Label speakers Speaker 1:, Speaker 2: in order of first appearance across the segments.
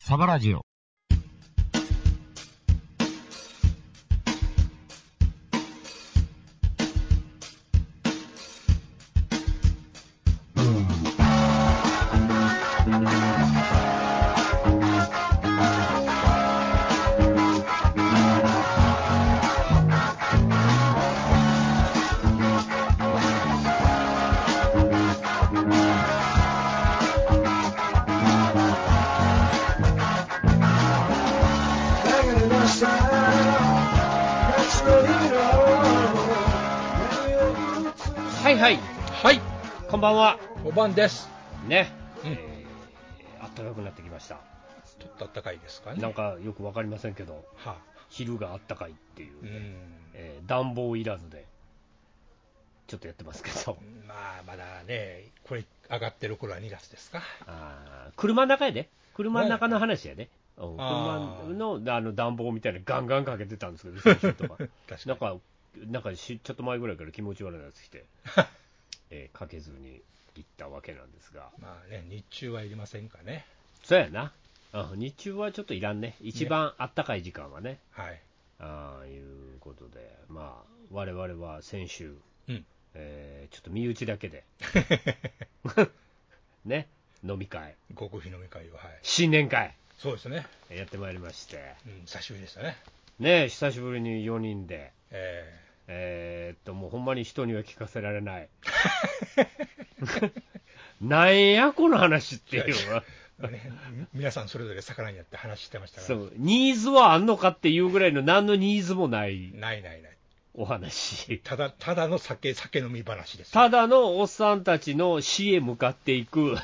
Speaker 1: サバラジオ。
Speaker 2: はいはい、
Speaker 3: はい、
Speaker 2: こんばんは。
Speaker 3: 5番です。
Speaker 2: ね、
Speaker 3: うん
Speaker 2: えー、あったかくなってきました。
Speaker 3: ちょっと暖かいですかね。
Speaker 2: なんかよくわかりませんけど、
Speaker 3: は
Speaker 2: 昼があったかいっていう、
Speaker 3: あ、うん。
Speaker 2: えー暖房いらずで、ちょっとやってますけど、
Speaker 3: まあ、まだね、これ、上がってる頃は2月ですか。
Speaker 2: あー車の中やで、車の中の話やで、うん
Speaker 3: あー
Speaker 2: 車のあの暖房みたいなのガンガンかけてたんですけど、うちの人とか
Speaker 3: 確
Speaker 2: なん
Speaker 3: か
Speaker 2: か、なんかしちょっと前ぐらいから気持ち悪いなってきて、えーかけずに行ったわけなんですが。
Speaker 3: に。まあね、日中はいりませんかね。
Speaker 2: そうやな、うん日中はちょっといらんね、一番あったかい時間はね、
Speaker 3: はい。
Speaker 2: ああいうことで、まあ我々は先週、
Speaker 3: うん
Speaker 2: えーちょっと身内だけで、ね、飲み会、
Speaker 3: 極秘飲み会を、はい。
Speaker 2: 新年会、
Speaker 3: そうですね。
Speaker 2: やってまいりまして、
Speaker 3: うん、久しぶりでしたね。
Speaker 2: ね、久しぶりに4人で、
Speaker 3: え
Speaker 2: えーっと、もうほんまに人には聞かせられ ない。なんやこの話っていうのは
Speaker 3: ーね、 皆さんそれぞれ魚にやって話してました
Speaker 2: そ
Speaker 3: が、
Speaker 2: うニーズはあんのかっていうぐらいの何のニーズもない
Speaker 3: ないないない。
Speaker 2: お話
Speaker 3: ただ、ただの酒、酒飲み話です。
Speaker 2: ただのおっさんたちの死へ向かっていく、こ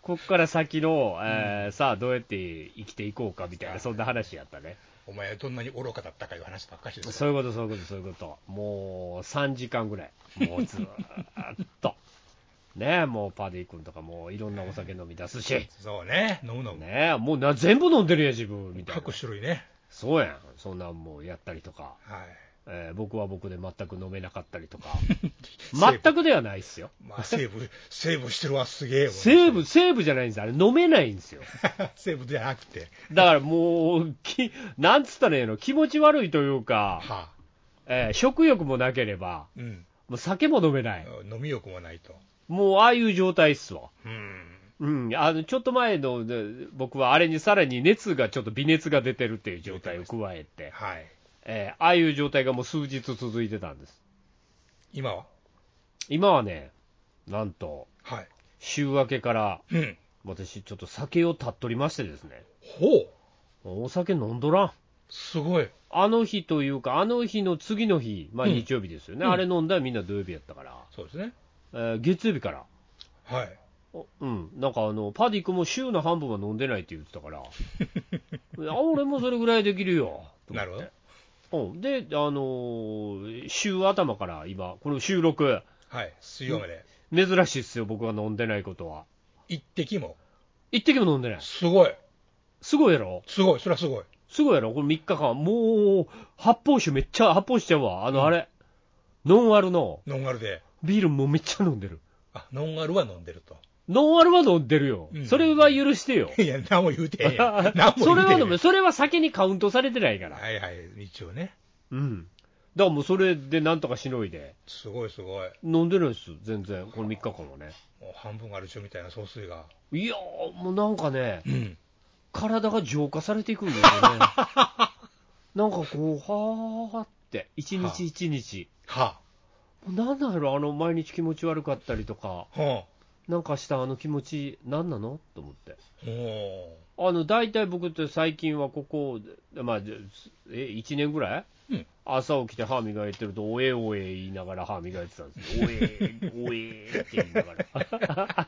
Speaker 2: こから先の、えーさあ、どうやって生きていこうかみたいな、そんな話やったね、
Speaker 3: お前はどんなに愚かだったかいう話ばっかりです
Speaker 2: そういうこと、そういうこと、そういうこと、もう3時間ぐらい、もうずーっと、 ねえ、もうパディ君とか、もういろんなお酒飲み出すし、ね
Speaker 3: そうね、飲む飲む。
Speaker 2: え、もうな全部飲んでるやん、自分みたいな
Speaker 3: 各、種類ね。
Speaker 2: そうやん、そんなんもうやったりとか、
Speaker 3: はい。
Speaker 2: えー僕は僕で全く飲めなかったりとか、
Speaker 3: セーブ
Speaker 2: 全くではないっすよ。
Speaker 3: まあ、 セーブ、セーブしてるわ、すげえ。
Speaker 2: セーブ、セーブじゃないんです、あれ、飲めないんですよ。
Speaker 3: セーブじゃなくて、
Speaker 2: だからもう、きなんつったらええの、気持ち悪いというか、
Speaker 3: はあ、
Speaker 2: えー食欲もなければ、
Speaker 3: うん、
Speaker 2: もう酒も飲めない、
Speaker 3: 飲み欲もないと。
Speaker 2: もうああいう状態っすわ。
Speaker 3: うん。
Speaker 2: うん、あのちょっと前ので僕はあれにさらに熱がちょっと微熱が出てるっていう状態を加えて、
Speaker 3: はい。
Speaker 2: えーああいう状態がもう数日続いてたんです。
Speaker 3: 今は
Speaker 2: 今はね、なんと、
Speaker 3: はい。
Speaker 2: 週明けから
Speaker 3: うん。
Speaker 2: 私、ちょっと酒を断っとりましてですね、
Speaker 3: ほう
Speaker 2: お酒飲んどらん。
Speaker 3: すごい。
Speaker 2: あの日というか、あの日の次の日、まあ、
Speaker 3: うん
Speaker 2: 日曜日ですよね、
Speaker 3: うん
Speaker 2: あれ飲んだらみんな土曜日やったから、
Speaker 3: そうですね。
Speaker 2: えー月曜日から、
Speaker 3: はい。
Speaker 2: おうん、なんかあの、パディックも週の半分は飲んでないって言ってた から、いや俺もそれぐらいできるよ、と思
Speaker 3: な
Speaker 2: っ
Speaker 3: る
Speaker 2: て
Speaker 3: ほど。
Speaker 2: うん、で、あのー週頭から今、この収録、
Speaker 3: はい。水曜まで。
Speaker 2: 珍しいっすよ、僕が飲んでないことは。
Speaker 3: 一滴も。
Speaker 2: 一滴も飲んでない。
Speaker 3: すごい。
Speaker 2: すごいやろ
Speaker 3: すごい。それはすごい。
Speaker 2: すごいやろこの3日間。もう、発泡酒めっちゃ、発泡酒ちゃうわ。あの、あれ、ノンアルの
Speaker 3: ノンアルで。
Speaker 2: ビールもめっちゃ飲んでる。
Speaker 3: あ、ノンアルは飲んでると。
Speaker 2: ノンアルは飲んでるよ。
Speaker 3: うん
Speaker 2: それは許してよ。
Speaker 3: いや、何も言うてへんやん。 何も言うてへんやん。
Speaker 2: それはでも、それは先にカウントされてないから。
Speaker 3: はいはい。一応ね。
Speaker 2: うん。だからもうそれでなんとかしのいで。
Speaker 3: すごいすごい。
Speaker 2: 飲んでるんです、全然。この3日間はね。
Speaker 3: もう半分アル中みたいな総水が。
Speaker 2: いやー、もうなんかね、
Speaker 3: うん。
Speaker 2: 体が浄化されていくんだよね。なん かこう、はーって、一日一日。
Speaker 3: は
Speaker 2: もうなんだろう、あの、毎日気持ち悪かったりとか、
Speaker 3: あ。ほ
Speaker 2: なんかしたあの気持ち、なんなのと思って。
Speaker 3: う。ほ
Speaker 2: あの大体僕って最近はここ、まあ、え1年ぐらい、
Speaker 3: うん
Speaker 2: 朝起きて歯磨いてると、おえおえ言いながら歯磨いてたんですよ、おえ、おえって言いな がら、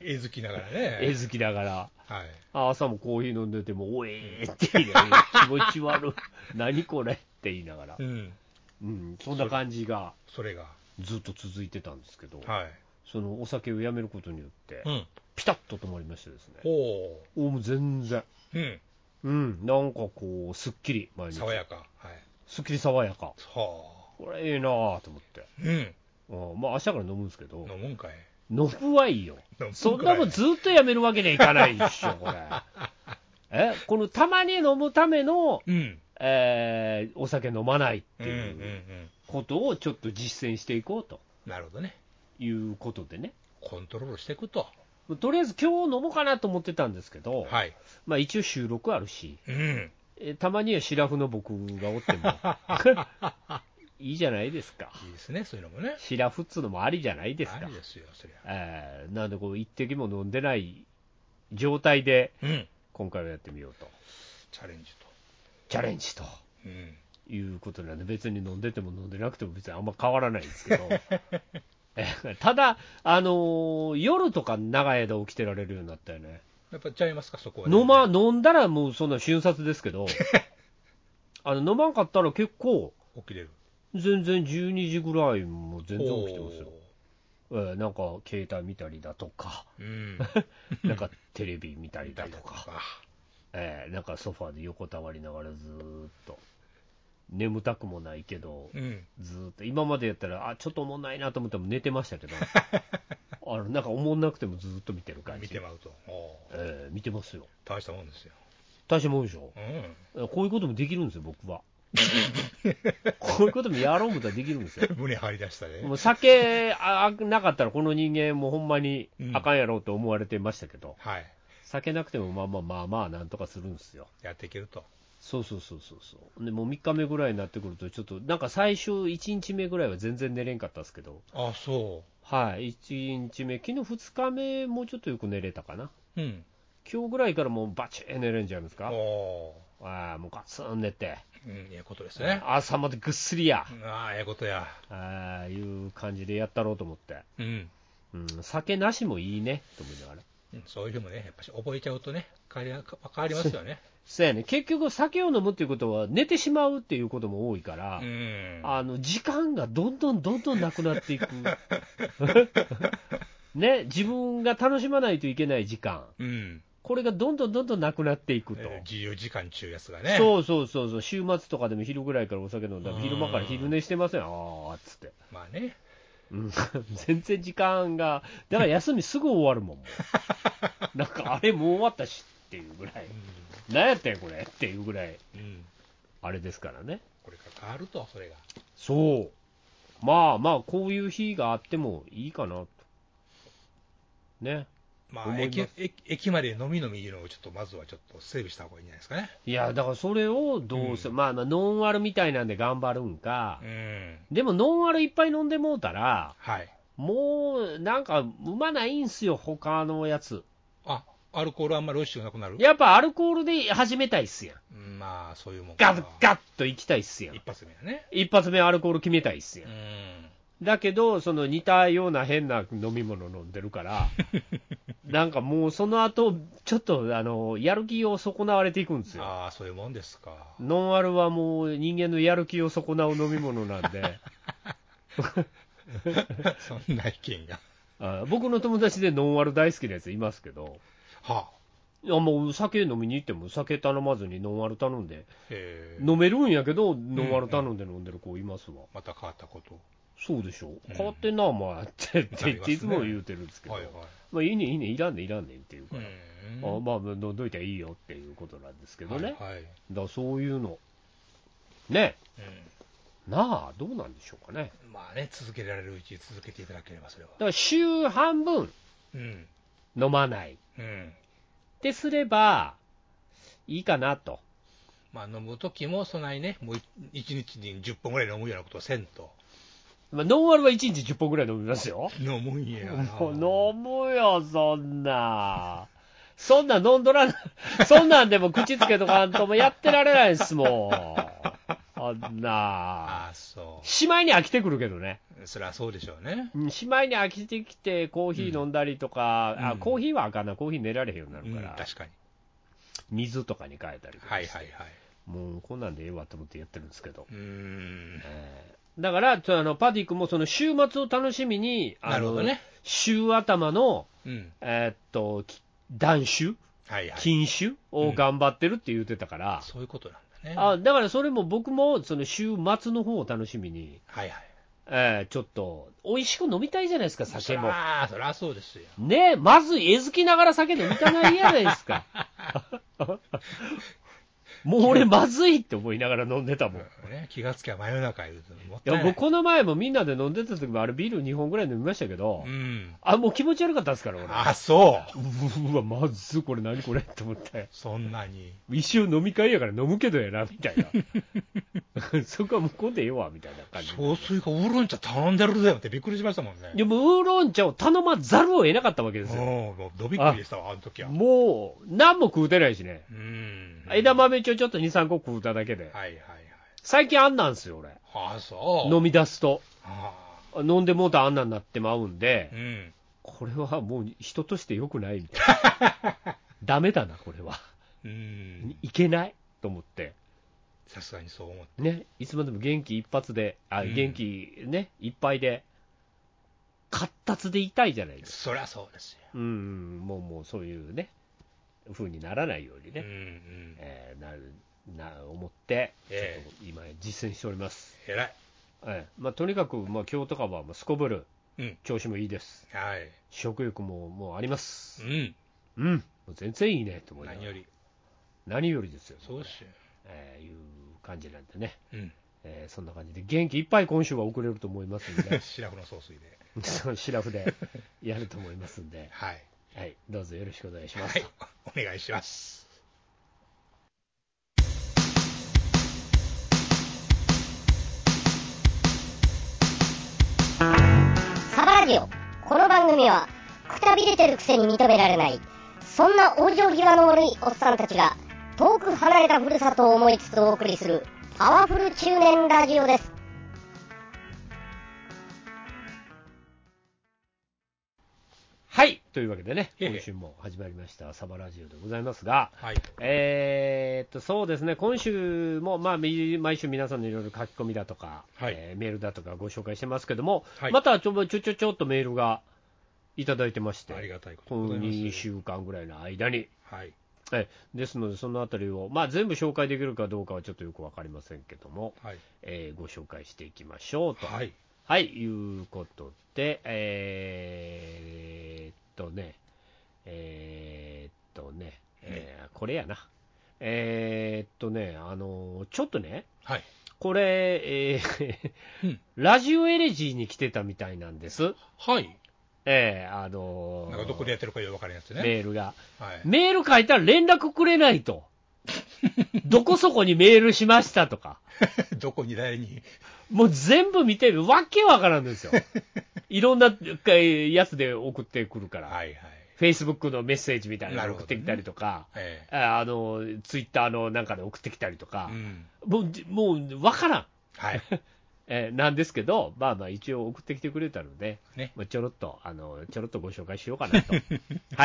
Speaker 3: う。絵好きながらね。
Speaker 2: 絵好きだから、
Speaker 3: はい。
Speaker 2: あ朝もコーヒー飲んでても、おえって言いながら、 気持ち悪い、何これって言いながら、
Speaker 3: うん。
Speaker 2: うん、そんな感じが
Speaker 3: それが。
Speaker 2: ずっと続いてたんですけど、
Speaker 3: はい。
Speaker 2: そのお酒をやめることによって
Speaker 3: う、ん。
Speaker 2: ピタッと止まりましてですね、
Speaker 3: ほ
Speaker 2: おもう全然、
Speaker 3: う。うん。
Speaker 2: うん、なんかこう、すっきり、毎日
Speaker 3: 爽、やか。はい。
Speaker 2: すっきり爽やか。
Speaker 3: は
Speaker 2: これいいなぁと思って、
Speaker 3: あ。うん。
Speaker 2: うんまあ明日から飲むんですけど、
Speaker 3: 飲むんかい。
Speaker 2: ノブワイよ
Speaker 3: ノブワイ。
Speaker 2: そんなもんずっとやめるわけにはいかないでしょ、これ。 えこのたまに飲むための、
Speaker 3: うん。
Speaker 2: えーお酒飲まないって
Speaker 3: うんうんう。
Speaker 2: いうんことをちょっと実践していこうと
Speaker 3: なるほどね。
Speaker 2: いうことでね。
Speaker 3: コントロールしていくと。
Speaker 2: とりあえず今日飲もうかなと思ってたんですけど、
Speaker 3: はい。
Speaker 2: まあ一応収録あるし、
Speaker 3: うん。
Speaker 2: えたまにはシラフの僕がおっても、 いいじゃないですか。
Speaker 3: いいですね、そういうのもね。
Speaker 2: シラフっつうのもありじゃないです
Speaker 3: あ
Speaker 2: か
Speaker 3: り。ですよ、そりゃ。
Speaker 2: えーなんでこう一滴も飲んでない状態で
Speaker 3: うん。
Speaker 2: 今回はやってみようと。
Speaker 3: チャレンジと。
Speaker 2: チャレンジと
Speaker 3: うん。
Speaker 2: いうことなんで、別に飲んでても飲んでなくても別にあんま変わらないんですけ ど。えただ、あのー夜とか長い間起きてられるようになったよね。
Speaker 3: やっぱちゃいますか、そこは、
Speaker 2: 飲ま、飲んだらもうそんな瞬殺ですけど、 あの飲まんかったら結構、
Speaker 3: 起きれる。
Speaker 2: 全然12時ぐらいも全然起きてますよ
Speaker 3: ほ。
Speaker 2: えーなんか携帯見たりだと か、
Speaker 3: う。うん。
Speaker 2: なんかテレビ見たりだとか、
Speaker 3: か。
Speaker 2: えーなんかソファーで横たわりながらずーっと、眠たくもないけど、
Speaker 3: うん。
Speaker 2: ずーっと、今までやったら、あちょっとおもんないなと思っても寝てま したけど、あのなんかおもんなくてもずーっと見てる感じ、
Speaker 3: 見てまうと。おー
Speaker 2: えー見てますよ、
Speaker 3: 大したもんですよ。
Speaker 2: 大したもんでしょ、
Speaker 3: うん。
Speaker 2: えーこういうこともできるんですよ、僕 は。こういうこともやろうもたらできるんですよ。
Speaker 3: 胸張り出したね。
Speaker 2: もう酒あなかったら、この人間、もうほんまにあかんやろうと思われてましたけど、
Speaker 3: はい。
Speaker 2: 酒なくてもまあまあまあまあなんとかするんですよ。
Speaker 3: やっていけると。
Speaker 2: そうそうそうそうそう。でもう3日目ぐらいになってくると、ちょっとなんか最初1日目ぐらいは全然寝れんかったんですけど、
Speaker 3: あ、そ
Speaker 2: はい、1日目、昨日2日目もうちょっとよく寝れたかな。
Speaker 3: う。うん。
Speaker 2: 今日ぐらいからもうバチーン寝れんじゃないですか。
Speaker 3: おー
Speaker 2: ああ、もうガツン寝て、
Speaker 3: うん、ええことですね。
Speaker 2: 朝までぐっすりや、
Speaker 3: ああ、ええことや。
Speaker 2: ああいう感じでやったろうと思って。
Speaker 3: うん。
Speaker 2: うん、酒なしもいいね、と思いながら。
Speaker 3: うんそういうのもね、やっぱし覚えちゃうとね、変わり変わりますよね。
Speaker 2: そうやね、結局酒を飲むっていうことは寝てしまうっていうことも多いから、
Speaker 3: うん。
Speaker 2: あの時間がどんどんどんどんなくなって いく、ね、自分が楽しまないといけない時間、
Speaker 3: うん。
Speaker 2: これがどんどんどんどんなくなっていくと、
Speaker 3: えー自由時間中やつがね。
Speaker 2: そうそうそうそう、週末とかでも昼ぐらいからお酒飲んだら、
Speaker 3: うん
Speaker 2: 昼間から昼寝してません、あーっつって、
Speaker 3: まあね。
Speaker 2: うん、 全然時間が、だから休みすぐ終わる もん、もうなんかあれ、もう終わったしっていうぐらい、なんやったんやこれっていうぐらい、
Speaker 3: うん。うん。
Speaker 2: あれですからね。
Speaker 3: これから変わると、それが。
Speaker 2: そう。まあまあ、こういう日があってもいいかなと。ね。
Speaker 3: まあ、
Speaker 2: 思います
Speaker 3: 駅駅駅まで飲み飲みいうのをちょっと、まずはちょっと整備した方がいいんじゃないですかね。
Speaker 2: いや、だからそれをどうせ、
Speaker 3: うん
Speaker 2: まあまあ、ノンアルみたいなんで頑張るんか
Speaker 3: う。ん。
Speaker 2: でも、ノンアルいっぱい飲んでもうたら、
Speaker 3: はい。
Speaker 2: もう、なんか、生まないんすよ、他のやつ。
Speaker 3: あ、アルコールあんまり美味しくなくなる
Speaker 2: やっぱアルコールで始めたいっすやん。
Speaker 3: うんまあ、そういうもん
Speaker 2: ガッガッと行きたいっすやん
Speaker 3: 一。発目はね。
Speaker 2: 一発目アルコール決めたいっすや。
Speaker 3: うんん。
Speaker 2: だけど、その似たような変な飲み物飲んでる から、なんかもうその後ちょっとあのやる気を損なわれていくんですよ。
Speaker 3: ああ、そういうもんですか。
Speaker 2: ノンアルはもう人間のやる気を損なう飲み物なん で、
Speaker 3: そんな意見が。
Speaker 2: あ僕の友達でノンアル大好きなやついますけど、
Speaker 3: はあ。
Speaker 2: いやもう酒飲みに行っても酒頼まずにノンアル頼んで、
Speaker 3: へえ。
Speaker 2: 飲めるんやけど、ノンアル頼んで飲んでる子いますわ。
Speaker 3: また変わったこと。
Speaker 2: そうでしょ
Speaker 3: うん
Speaker 2: 変わってんな、お前ってって言
Speaker 3: なり
Speaker 2: って
Speaker 3: ますね
Speaker 2: いつも言うてるんですけど、
Speaker 3: は
Speaker 2: い
Speaker 3: いはい。
Speaker 2: まあ、いいね、いいね、いらんね、いらんねっていうから。
Speaker 3: うん
Speaker 2: あまあ、飲んどいたらいいよっていうことなんですけどね、だか
Speaker 3: はいはい。
Speaker 2: らそういうの、ね、
Speaker 3: う
Speaker 2: なあ、どうなんでしょうかね、
Speaker 3: ん。まあね、続けられるうちに続けていただければ、それは
Speaker 2: だ。から週半分
Speaker 3: うん。
Speaker 2: 飲まないっ
Speaker 3: うん。
Speaker 2: てすればいいかなと、
Speaker 3: まあ、飲むときも、そないね、もう一日に10本ぐらい飲むようなことをせんと。
Speaker 2: まあ、ノンアルは1日10本ぐらい飲みますよ、
Speaker 3: 飲むんやな。
Speaker 2: もう 飲むよ、そんな。そんなん飲んどらん、そんなんでも口つけとかんともやってられないですもん。あんな
Speaker 3: あ。あ、そ
Speaker 2: しまいに飽きてくるけどね。
Speaker 3: う。そりゃそうでしょうね。
Speaker 2: うんしまいに飽きてきて、コーヒー飲んだりとか、
Speaker 3: うん
Speaker 2: あコーヒーはあかんな、コーヒー寝られへんようにな
Speaker 3: う
Speaker 2: る
Speaker 3: ん、
Speaker 2: から、
Speaker 3: 確かに。
Speaker 2: 水とかに変えたりとか
Speaker 3: はい
Speaker 2: して、
Speaker 3: はいはい。
Speaker 2: もうこんなんでええわと思ってやってるんですけど、
Speaker 3: うーん。
Speaker 2: えーだからちょあのパディ君もその週末を楽しみに、あの
Speaker 3: なるほどね。
Speaker 2: 週頭の、
Speaker 3: うん。
Speaker 2: えーっとき断酒、
Speaker 3: はいはい。
Speaker 2: 禁酒を頑張ってるって言ってたから、
Speaker 3: そういうことなんだね。
Speaker 2: あだからそれも僕もその週末の方を楽しみに、
Speaker 3: はいはい。
Speaker 2: えーちょっと、美味しく飲みたいじゃないですか、酒も。
Speaker 3: ああ、そりゃそうですよ。
Speaker 2: ねえ、まず絵好きながら酒飲みたないじゃないです か。もう俺まずいって思いながら飲んでたもん。い
Speaker 3: ね、気がつきゃ真夜中いるともったい
Speaker 2: や、
Speaker 3: ない
Speaker 2: 僕この前もみんなで飲んでた時もあれビール2本ぐらい飲みましたけど、
Speaker 3: うん。
Speaker 2: あ、もう気持ち悪かったですから、俺。
Speaker 3: あ、そう。
Speaker 2: うわ、まずいこれ何これって思って。
Speaker 3: そんなに。
Speaker 2: 一瞬飲み会やから飲むけどやな、みたい な。そこは向こうでええわ、みたいな感じ。
Speaker 3: 総帥がウーロン茶頼んでるぜよってびっくりしましたもんね。
Speaker 2: でも、ウーロン茶を頼まざるを得なかったわけですよ。
Speaker 3: もう、もうどびっくりでしたわ、あの時は。
Speaker 2: もう、何も食うてないしね。
Speaker 3: うん。
Speaker 2: 枝豆ちょちょっと2、3個食うただけで。
Speaker 3: はいはいはい。
Speaker 2: 最近あんなんすよ、俺。
Speaker 3: ああ、そう。
Speaker 2: 飲み出すと。
Speaker 3: あ
Speaker 2: 飲んでもうたらあんなんなってまうん
Speaker 3: あ。う
Speaker 2: で、
Speaker 3: ん。
Speaker 2: これはもう人として良くないみたいな。 ダメだな、これは。
Speaker 3: うん。
Speaker 2: いけないと思って。
Speaker 3: さすがにそう思って。
Speaker 2: ね、いつまでも元気一発で、あ、
Speaker 3: うん
Speaker 2: 元気ね、いっぱいで、活達でいたいじゃないですか。
Speaker 3: そりゃそうですよ。
Speaker 2: うんうん、もうもうそういうね、風にならないように
Speaker 3: うん
Speaker 2: ね、
Speaker 3: うん。
Speaker 2: えーなる、な、思って、ちょ
Speaker 3: ええ
Speaker 2: っと今実践しております。
Speaker 3: 偉い。
Speaker 2: ええまあ、とにかく、まあ、今日とかはもうすこぶる、
Speaker 3: うん。
Speaker 2: 調子もいいです。
Speaker 3: はい。
Speaker 2: 食欲ももうあります
Speaker 3: う。ん。
Speaker 2: うん。もう全然いいねと思いなが
Speaker 3: 何
Speaker 2: ら
Speaker 3: より。
Speaker 2: 何よりですよ。
Speaker 3: そうっすよ。
Speaker 2: えーいう感じなんでね。
Speaker 3: うん。、
Speaker 2: えーそんな感じで元気いっぱい今週は送れると思いますんで
Speaker 3: 白の総帥で。
Speaker 2: そのシラフでやると思いますんで、
Speaker 3: はい。
Speaker 2: はい、どうぞよろしくお願いしま
Speaker 3: は
Speaker 2: す。
Speaker 3: い。お願いします。
Speaker 1: サバラジオ。この番組は、くたびれてるくせに認められない、そんな往生際の悪いおっさんたちが、遠く離れたふるさとを思いつつお送りする、パワフル中年ラジオです。
Speaker 2: はい、というわけでね、
Speaker 3: いえいえ
Speaker 2: 今週も始まりました、サバラジオでございますが、
Speaker 3: はい。
Speaker 2: えーっと、そうですね、今週も、まあ、み毎週皆さんのいろいろ書き込みだとか、
Speaker 3: はい
Speaker 2: えーメールだとかご紹介してますけども、
Speaker 3: はい
Speaker 2: またちょちょちょちょっとメールがいただいてまして、
Speaker 3: ありがたいこと
Speaker 2: こ
Speaker 3: でござ
Speaker 2: の
Speaker 3: います。
Speaker 2: 2週間ぐらいの間に。
Speaker 3: はい。
Speaker 2: はい、ですので、そのあたりを、まあ、全部紹介できるかどうかはちょっとよく分かりませんけども、
Speaker 3: はい。
Speaker 2: えーご紹介していきましょうと。
Speaker 3: はい。
Speaker 2: はい、いうことで、えー、っとね、えー、っとね、えーこれやな。えー、っとね、あのーちょっとね、
Speaker 3: はい。
Speaker 2: これ、えー
Speaker 3: うん
Speaker 2: ラジオエレジーに来てたみたいなんです。
Speaker 3: はい。
Speaker 2: えー、あのー
Speaker 3: なんかどこでやってるかよくわかりやつね。
Speaker 2: メールが。
Speaker 3: はい。
Speaker 2: メール書いたら連絡くれないと。どこそこにメールしましたとか。
Speaker 3: どこに誰に。
Speaker 2: もう全部見てる。わけわからんですよ。いろんなえやつで送ってくるから。
Speaker 3: はいはい。
Speaker 2: Facebook のメッセージみたいな
Speaker 3: なる
Speaker 2: の
Speaker 3: ほど
Speaker 2: 送
Speaker 3: ね
Speaker 2: ってきたりとか、
Speaker 3: ええ。
Speaker 2: ああの、Twitter のなんかで送ってきたりとか
Speaker 3: う、ん。
Speaker 2: もう、もうわからん、
Speaker 3: はい。
Speaker 2: えーなんですけど、まあまあ一応送ってきてくれたので、
Speaker 3: ね。
Speaker 2: まあ、ちょろっと、あの、ちょろっとご紹介しようかな と。は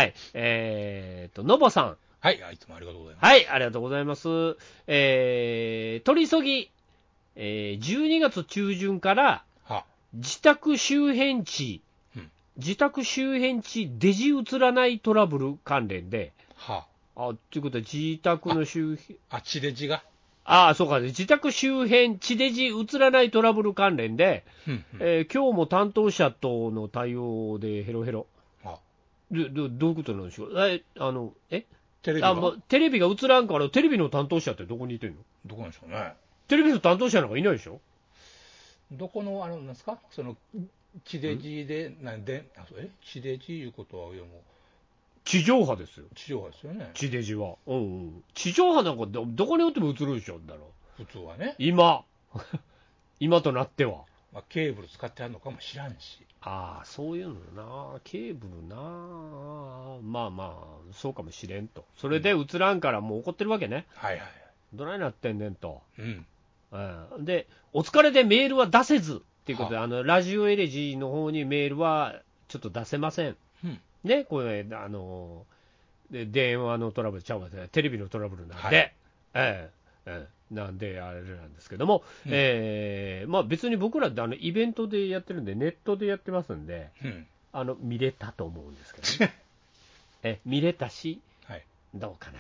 Speaker 2: い。えーと、のぼさん。
Speaker 3: はい。あいつもありがとうございます。
Speaker 2: はい、ありがとうございます。えー、取り急ぎ、えー12月中旬から
Speaker 3: は。
Speaker 2: 自宅周辺地、
Speaker 3: うん
Speaker 2: 自宅周辺地デジ映らないトラブル関連で、
Speaker 3: は。
Speaker 2: あ、ということは自宅の周辺、
Speaker 3: あっちで字が。
Speaker 2: ああ、そうか、自宅周辺、地デジ映らないトラブル関連で、
Speaker 3: うん。うん
Speaker 2: えー今日も担当者との対応でヘロヘロ。
Speaker 3: は。
Speaker 2: どどどういうことなんでしょうえ、あの、え
Speaker 3: テレビ
Speaker 2: あ
Speaker 3: が
Speaker 2: もうテレビが映らんから、テレビの担当者ってどこにいてんの
Speaker 3: どこなんでしょうね。
Speaker 2: テレビの担当者なんかいないでしょ
Speaker 3: どこの、あの、なんですかその、地デジで、なんで、あそうえ地デジいうことは、いやも
Speaker 2: 地上波ですよ。
Speaker 3: う、地上波ですよね。
Speaker 2: 地デジは。うんうん。地上波なんかどどこにおっても映るでしょだろ。
Speaker 3: 普通はね。
Speaker 2: 今。 今となっては。
Speaker 3: まあ、ケーブル使ってあるのかも知らんし。
Speaker 2: ああ、そういうのな、ケーブルな、まあまあ、そうかもしれんと、それで映らんからもう怒ってるわけね、
Speaker 3: はいはい。
Speaker 2: どないなってんねんと、
Speaker 3: うん。
Speaker 2: うん、で、お疲れでメールは出せずっていうことで、あのラジオエレジーの方にメールはちょっと出せません、
Speaker 3: うん。
Speaker 2: ね、これ、あので電話のトラブルちゃうわ、テレビのトラブルなんで、
Speaker 3: はい
Speaker 2: ええええなんであれなんですけども、
Speaker 3: うん
Speaker 2: ええまあ、別に僕らってあのイベントでやってるんで、ネットでやってますんで。
Speaker 3: うん。
Speaker 2: あの見れたと思うんですけど、ね、え見れたし、
Speaker 3: はい。
Speaker 2: どうかな、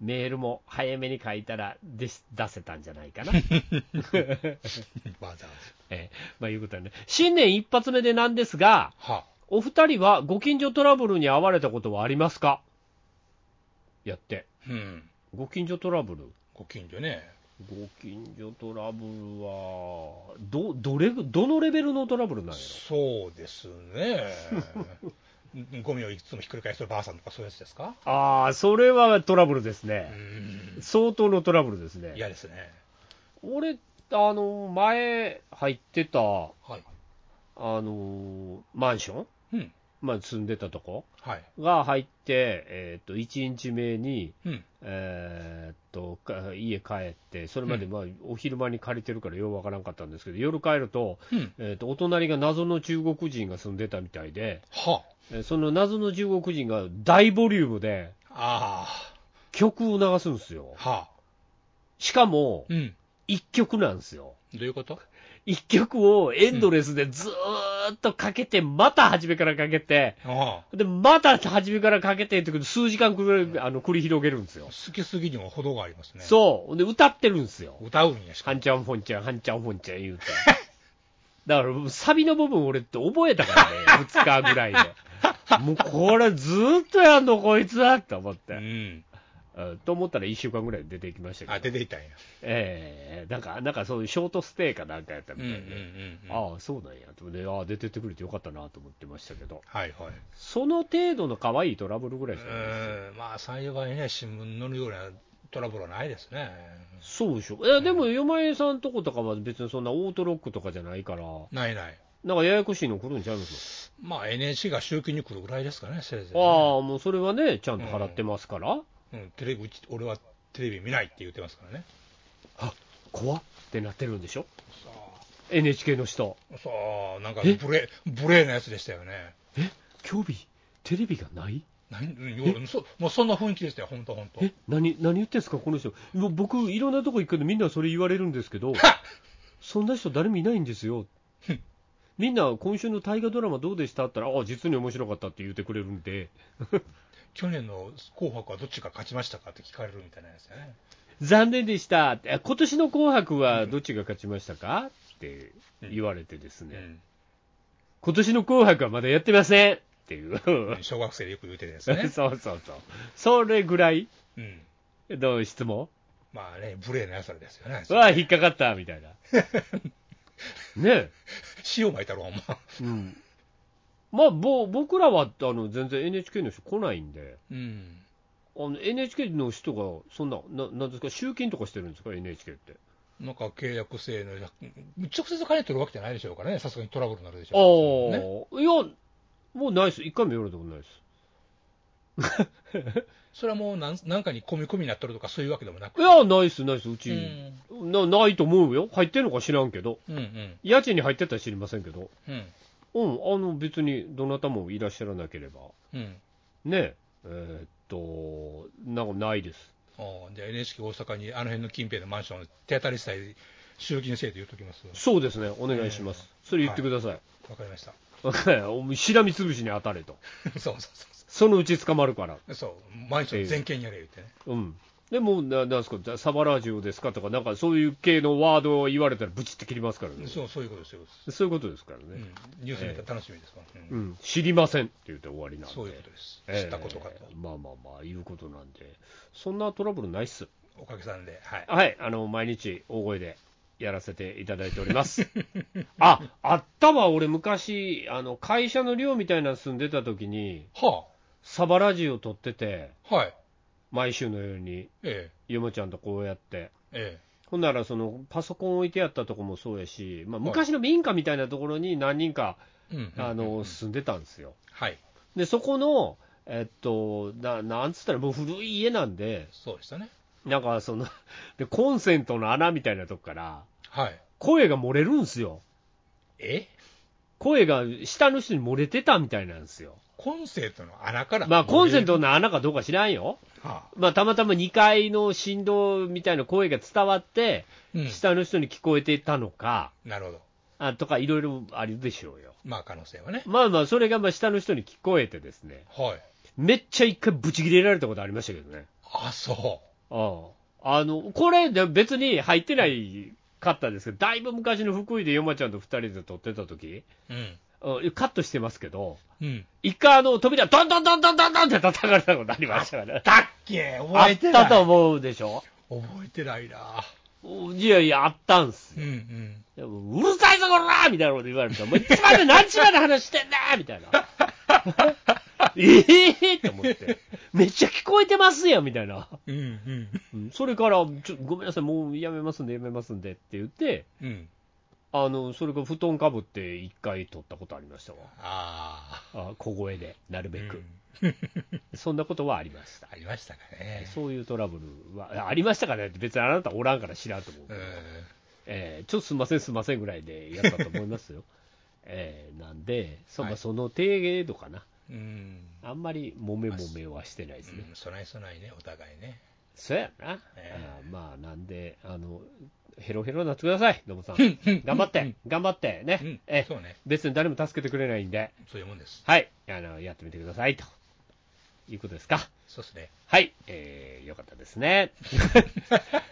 Speaker 2: メールも 早めに書いたらで出せたんじゃないかな、
Speaker 3: わざわざ。
Speaker 2: えーまあいうことやね。新年一発目でなんですが、
Speaker 3: は
Speaker 2: お二人はご近所トラブルに遭われたことはありますかやって。
Speaker 3: うん。
Speaker 2: ご近所トラブル
Speaker 3: ご近所ね。
Speaker 2: ご近所トラブルは、ど、どれぐ、どのレベルのトラブルなんや
Speaker 3: そうです ね。ゴミをいつもひっくり返すばあさんとかそういうやつですか
Speaker 2: ろああ、それはトラブルです
Speaker 3: う
Speaker 2: ね。
Speaker 3: ん。
Speaker 2: 相当のトラブルですね。
Speaker 3: 嫌ですね。
Speaker 2: 俺、あの、前入ってた、あ
Speaker 3: はい。
Speaker 2: の、マンション
Speaker 3: うん。
Speaker 2: まあ、住んでたとこ
Speaker 3: はい。
Speaker 2: が入って、えっ、と、1日目に、
Speaker 3: うん。
Speaker 2: えーっとか家帰って、それまで、まあお昼間に借りてるからようわからんかったんですけど、夜帰ると,、
Speaker 3: うん。
Speaker 2: えーっと、お隣が謎の中国人が住んでたみたいで、
Speaker 3: は
Speaker 2: えーその謎の中国人が大ボリュームで
Speaker 3: あ。
Speaker 2: 曲を流すんですよ
Speaker 3: ああ。。はあ。
Speaker 2: しかも、
Speaker 3: うん。
Speaker 2: 1曲なんですよ。
Speaker 3: どういうこと
Speaker 2: 1曲をエンドレスでずーっとかけて、また初めからかけて、
Speaker 3: ああ。
Speaker 2: で、また初めからかけてってことで数時間くらいあの繰り広げるんですよ。
Speaker 3: 好きすぎにも程がありますね。
Speaker 2: そう。で、歌ってるんですよ。
Speaker 3: う。歌うんやしか
Speaker 2: ハ
Speaker 3: も。
Speaker 2: ンちゃん、フォンちゃん、ハンちゃん、フォンちゃん言うて。だから、サビの部分俺って覚えたからね、2日ぐ らいで。もうこれずーっとやんの、こいつはって思っ
Speaker 3: う
Speaker 2: て。
Speaker 3: ん。
Speaker 2: うんと思ったら1週間ぐらいで出てきましたけど。
Speaker 3: あ、出ていたんや。
Speaker 2: ええなんか、なんかそういうショートステイかなんかやった
Speaker 3: うん
Speaker 2: み
Speaker 3: うん
Speaker 2: たい
Speaker 3: うん
Speaker 2: で。
Speaker 3: うん。は
Speaker 2: ああ、そうなんや。と思ってああ、出てってくれてよかったなと思ってましたけど。
Speaker 3: いはい。
Speaker 2: その程度の可愛いトラブルぐら
Speaker 3: う
Speaker 2: いですよね。
Speaker 3: ん。まあ、幸いね、新聞に載るようなトラブルはないですね。
Speaker 2: そうでしょ。いや、でも、よまえさんとことかは別にそんなオートロックとかじゃないから、
Speaker 3: ないない。
Speaker 2: なんかややこしいの来るんちゃいます
Speaker 3: まあ、NHK が集金に来るぐらいですかね、せいぜいね、
Speaker 2: ああ、もうそれはね、ちゃんと払ってますから、
Speaker 3: うん、テレビうち俺はテレビ見ないって言ってますからね。
Speaker 2: 怖っってなってるんでしょ、
Speaker 3: さ
Speaker 2: NHK の人、
Speaker 3: あ、さあなんか
Speaker 2: え
Speaker 3: ブレ、ブレーなやつでしたよね。
Speaker 2: 今日テレビがない
Speaker 3: 何うんそもうそんな雰囲気でしたよ、本当、本当。
Speaker 2: え何何言ってんすか、この人、もう僕、いろんなとこ行くけど、みんなそれ言われるんですけど、そんな人、誰もいないんですよ
Speaker 3: ふん。
Speaker 2: みんな今週の大河ドラマどうでしたって言ったら、ああ、実に面白かったって言ってくれるんで、
Speaker 3: 去年の紅白はどっちが勝ちましたかって聞かれるみたいなやつだね。
Speaker 2: 残念でしたって、あ今年の紅白はどっちが勝ちましたかって言われてですね、今年の紅白はまだやってませんっていう。
Speaker 3: うん、小学生でよく言うてるやつね。
Speaker 2: そうそうそう。それぐらい
Speaker 3: うん、
Speaker 2: の質 問
Speaker 3: まあね、無礼なやつらですよね。
Speaker 2: は引っかかったみた いな。ね
Speaker 3: 塩まいたろ、ほんま。
Speaker 2: え。うん。まあ、ぼ僕らはあの全然 NHK の人来ないんで、
Speaker 3: うん、
Speaker 2: あの NHK の人がそんな、ななんですか、集金とかしてるんですか、NHK って。
Speaker 3: なんか契約制の、直接金取るわけじゃないでしょうからね、さすがにトラブルになるでし
Speaker 2: ああ
Speaker 3: ょうからね。
Speaker 2: ー、いや、もうないです。一回も言われたことないです。
Speaker 3: それはもうなん、なんかに込み込みになっとるとか、そういうわけでもなく。
Speaker 2: いや、ないっす、ないっす、う
Speaker 3: う
Speaker 2: ち、
Speaker 3: ん、
Speaker 2: な。ないと思うよ。入ってんのか知らんけど。
Speaker 3: うん、うん、
Speaker 2: 家賃に入ってたら知りませんけど。
Speaker 3: うん、
Speaker 2: うん、あの、別にどなたもいらっしゃらなければ。
Speaker 3: うん。
Speaker 2: ねえ、えーっと、なんかないです。
Speaker 3: おじゃあ NHK 大阪にあの辺の近辺のマンション、手当たり次第、集金制と言うときます。
Speaker 2: そうですね、お願いします。それ言ってください。
Speaker 3: わかりました。
Speaker 2: はい、 お前しらみつぶしに当たれと。
Speaker 3: そうそうそう
Speaker 2: そのうち捕まるから。
Speaker 3: そう。そう、マンション全権やれ言ってね。
Speaker 2: うん。でも、ななんすか、サバラジオですかとか、なんかそういう系のワードを言われたら、ブチって切りますからね。
Speaker 3: そう、そういうことですよ。
Speaker 2: そういうことですからね。
Speaker 3: うん、ニュース見たら楽しみですわ、う
Speaker 2: うんん、知りませんって言って終わりなんで。
Speaker 3: そういうことです。
Speaker 2: ええ
Speaker 3: 知ったことかと。
Speaker 2: まあまあまあ、いうことなんで、そんなトラブルないっす。
Speaker 3: おかげさんで。はい。
Speaker 2: はい、あの、毎日大声でやらせていただいております。あ、あったわ、俺昔、あの、会社の寮みたいなの住んでた時に、
Speaker 3: は
Speaker 2: サバラジオ撮ってて、
Speaker 3: あ、はい。
Speaker 2: 毎週のように、
Speaker 3: え
Speaker 2: ゆもちゃんとこうやって。
Speaker 3: え、え
Speaker 2: ほんなら、その、パソコン置いてあったとこもそうやし、まあ、昔の民家みたいなところに何人か、
Speaker 3: え。うん
Speaker 2: あ
Speaker 3: うんう
Speaker 2: の、
Speaker 3: ん
Speaker 2: 住んでたんですよ。
Speaker 3: はい。
Speaker 2: で、そこの、えっと、ななんつったら、もう古い家なんで、
Speaker 3: そうでしたね。
Speaker 2: なんか、その、で、コンセントの穴みたいなとこから、
Speaker 3: はい。
Speaker 2: 声が漏れるんですよ。
Speaker 3: え
Speaker 2: 声が下の人に漏れてたみたいなんですよ。
Speaker 3: コンセントの穴から。
Speaker 2: まあ、コンセントの穴かどうか知らんよ。
Speaker 3: はあ。
Speaker 2: まあ、たまたま2階の振動みたいな声が伝わって、
Speaker 3: うん。
Speaker 2: 下の人に聞こえてたのか、
Speaker 3: なるほど。
Speaker 2: あとか、いろいろあるでしょうよ。
Speaker 3: まあ、可能性はね。
Speaker 2: まあまあ、それがまあ下の人に聞こえてですね、
Speaker 3: はい。
Speaker 2: めっちゃ一回ブチ切れられたことありましたけどね。
Speaker 3: あ、そう。
Speaker 2: あああの、これ、で別に入ってない買ったんですけど、だいぶ昔の福井で山ちゃんと2人で撮ってた時
Speaker 3: うん。
Speaker 2: うんカットしてますけど、
Speaker 3: うん。
Speaker 2: 一回あの扉、ドンドンドンドンドンドンって叩かれたことありましたから、
Speaker 3: だっけ
Speaker 2: あ
Speaker 3: 覚え
Speaker 2: って
Speaker 3: ない。
Speaker 2: たと思うでしょ、
Speaker 3: 覚えてないな。
Speaker 2: いやいや、あったんす
Speaker 3: うんうん。
Speaker 2: でもうるさいぞ、こらみたいなこと言われたら、もういつまで何時まで話してんだみたいな。ええー、って思って、めっちゃ聞こえてますやんみたいな、
Speaker 3: うんうん。
Speaker 2: うんそれからちょ、ごめんなさい、もうやめますんで、やめますんでって言って、
Speaker 3: うん。
Speaker 2: あのそれから布団かぶって一回撮ったことありましたわ、
Speaker 3: ああ。
Speaker 2: あ小声で、なるべく、
Speaker 3: うん
Speaker 2: そんなことはありました。
Speaker 3: ありましたかね。
Speaker 2: そういうトラブルはありましたかねって、別にあなたおらんから知らんと思うけ
Speaker 3: う
Speaker 2: ど、
Speaker 3: ん。
Speaker 2: えーちょっとすんません、すんませんぐらいでやったと思いますよ。 えーなんで、そう
Speaker 3: は
Speaker 2: か、
Speaker 3: い
Speaker 2: その程度かな、
Speaker 3: うん。
Speaker 2: あんまりもめもめはしてないですね。
Speaker 3: うん備え備えね、お互いね。
Speaker 2: そうやな、
Speaker 3: え
Speaker 2: あーまあ、なんで、あのヘロヘロになってください、野茂さん、頑張って、頑張ってね、
Speaker 3: うん
Speaker 2: えー
Speaker 3: そうね
Speaker 2: 別に誰も助けてくれないんで、
Speaker 3: そういうもんです。
Speaker 2: はい、あのやってみてくださいということですか。
Speaker 3: そうですね。
Speaker 2: はい、えー、よかったです ね。